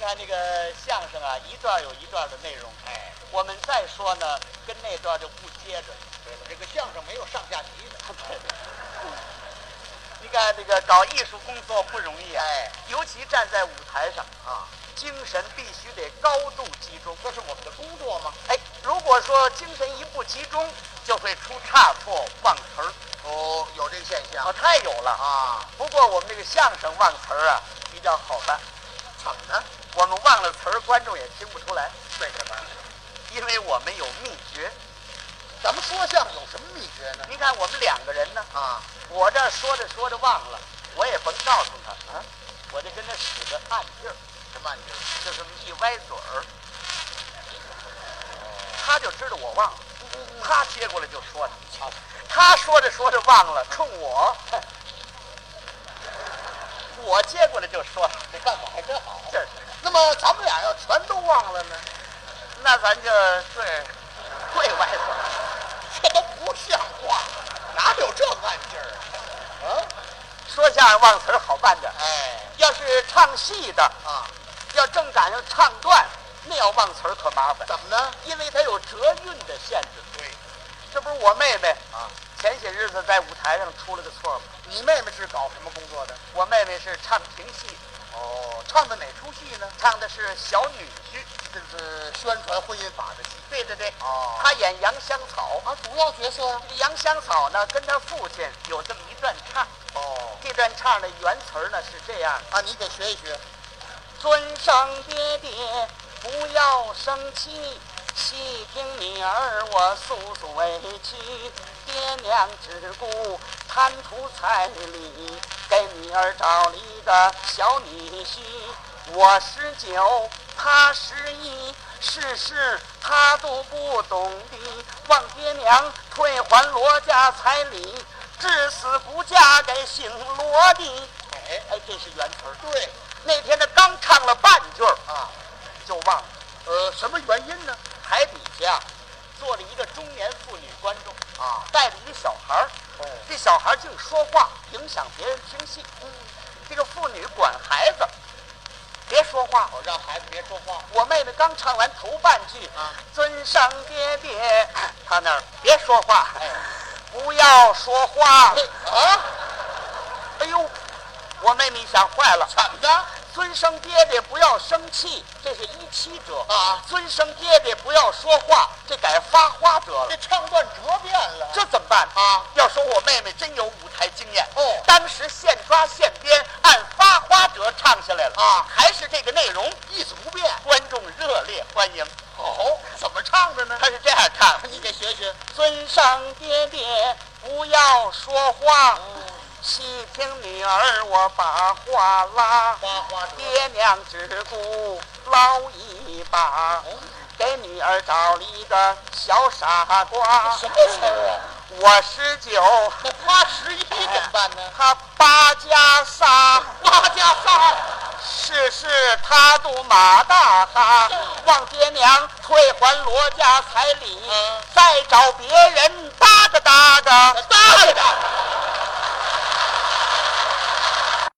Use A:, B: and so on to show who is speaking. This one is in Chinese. A: 看这个相声啊，一段有一段的内容。
B: 哎，
A: 我们再说呢，跟那段就不接着。
B: 对了，这个相声没有上下 级的，
A: 你看这个搞艺术工作不容易啊，
B: 哎
A: 尤其站在舞台上，
B: 啊，
A: 精神必须得高度集中。
B: 这是我们的工作吗？
A: 哎，如果说精神一不集中，就会出差错、忘词儿。
B: 哦，有这现象
A: 哦，太有了啊！
B: 啊？
A: 不过我们这个相声忘词儿啊比较好办，
B: 怎么呢？
A: 我们忘了词儿，观众也听不出来，
B: 对什么？
A: 因为我们有秘诀。
B: 咱们说相声有什么秘诀呢？
A: 您看我们两个人呢，
B: 啊，
A: 我这说着说着忘了，我也甭告诉他
B: 啊，
A: 我就跟他使个暗劲儿，
B: 什么暗劲儿？
A: 就这么一歪嘴儿，他就知道我忘了，他接过来就说了，
B: 瞧瞧，
A: 他说着说着忘了，冲我， 哼我接过来就说了，
B: 这办法还真好。
A: 这是。
B: 那么咱们俩要全都忘了呢？
A: 那咱就对对外头
B: 这都不像话，哪有这暗劲儿啊？
A: 说相声忘词儿好办点
B: 啊，
A: 儿。
B: 哎，
A: 要是唱戏的，
B: 啊，
A: 要正赶上唱段，那要忘词儿可麻烦，
B: 怎么呢？
A: 因为它有折韵的限制。
B: 对，
A: 这不是我妹妹
B: 啊，
A: 前些日子在舞台上出了个错吗？
B: 你妹妹是搞什么工作的？
A: 我妹妹是唱评戏，
B: 哦，唱的哪出戏呢？
A: 唱的是小女婿。
B: 这是宣传婚姻法的戏。
A: 对对对，
B: 哦
A: 她演杨香草。
B: 啊，主要角色啊。
A: 这个杨香草呢，跟她父亲有这么一段唱，
B: 哦，
A: 这段唱的原词儿呢是这样的。
B: 啊，你给学一学。
A: 尊生爹爹，不要生气，细听女儿我诉诉委屈。爹娘只顾贪图彩礼，给女儿找了一个小女婿。我十九，他十一，世事他都不懂的，望爹娘退还罗家彩礼，至死不嫁给姓罗的。
B: 哎，
A: 哎，这是原词儿。
B: 对
A: 那天他刚唱了半句儿
B: 啊，
A: 就忘了，
B: 呃，什么原因呢？
A: 台底下坐着一个中年妇女观众，
B: 啊，
A: 带着一个小孩儿。
B: 哦，
A: 这小孩儿净说话，影响别人听戏。这个妇女管孩子，别说话。
B: 哦我让孩子别说话
A: 我妹妹刚唱完头半句，
B: 啊。
A: 尊上爹爹，她那儿别说话，
B: 哎，
A: 不要说话。
B: 啊，
A: 哎呦，我妹妹一想坏了，
B: 怎么的？
A: 尊生爹爹不要生气，这是一七折
B: 啊
A: 尊生爹爹不要说话，这改发花折了
B: 这。唱段折变了。
A: 这怎么办？
B: 啊，
A: 要说我妹妹真有舞台经验
B: 哦
A: 当时现抓现编，按发花折唱下来了
B: 啊
A: 还是这个内容，
B: 意思不变。
A: 观众热烈欢迎。
B: 哦，怎么唱的呢？
A: 他是这样唱：
B: 你给学学。
A: 尊上爹爹不要说话，细听女儿我把话拉，
B: 花花折。
A: 爹娘只顾捞一把，
B: 哦，
A: 给女儿找了一个小傻瓜。
B: 什么词儿啊？
A: 我十九，
B: 那花十一怎么办呢？
A: 他八加仨。
B: 花加仨。
A: 世事他度马大哈，望爹娘退还罗家彩礼，
B: 嗯
A: 再找别人搭个搭个
B: 搭一搭。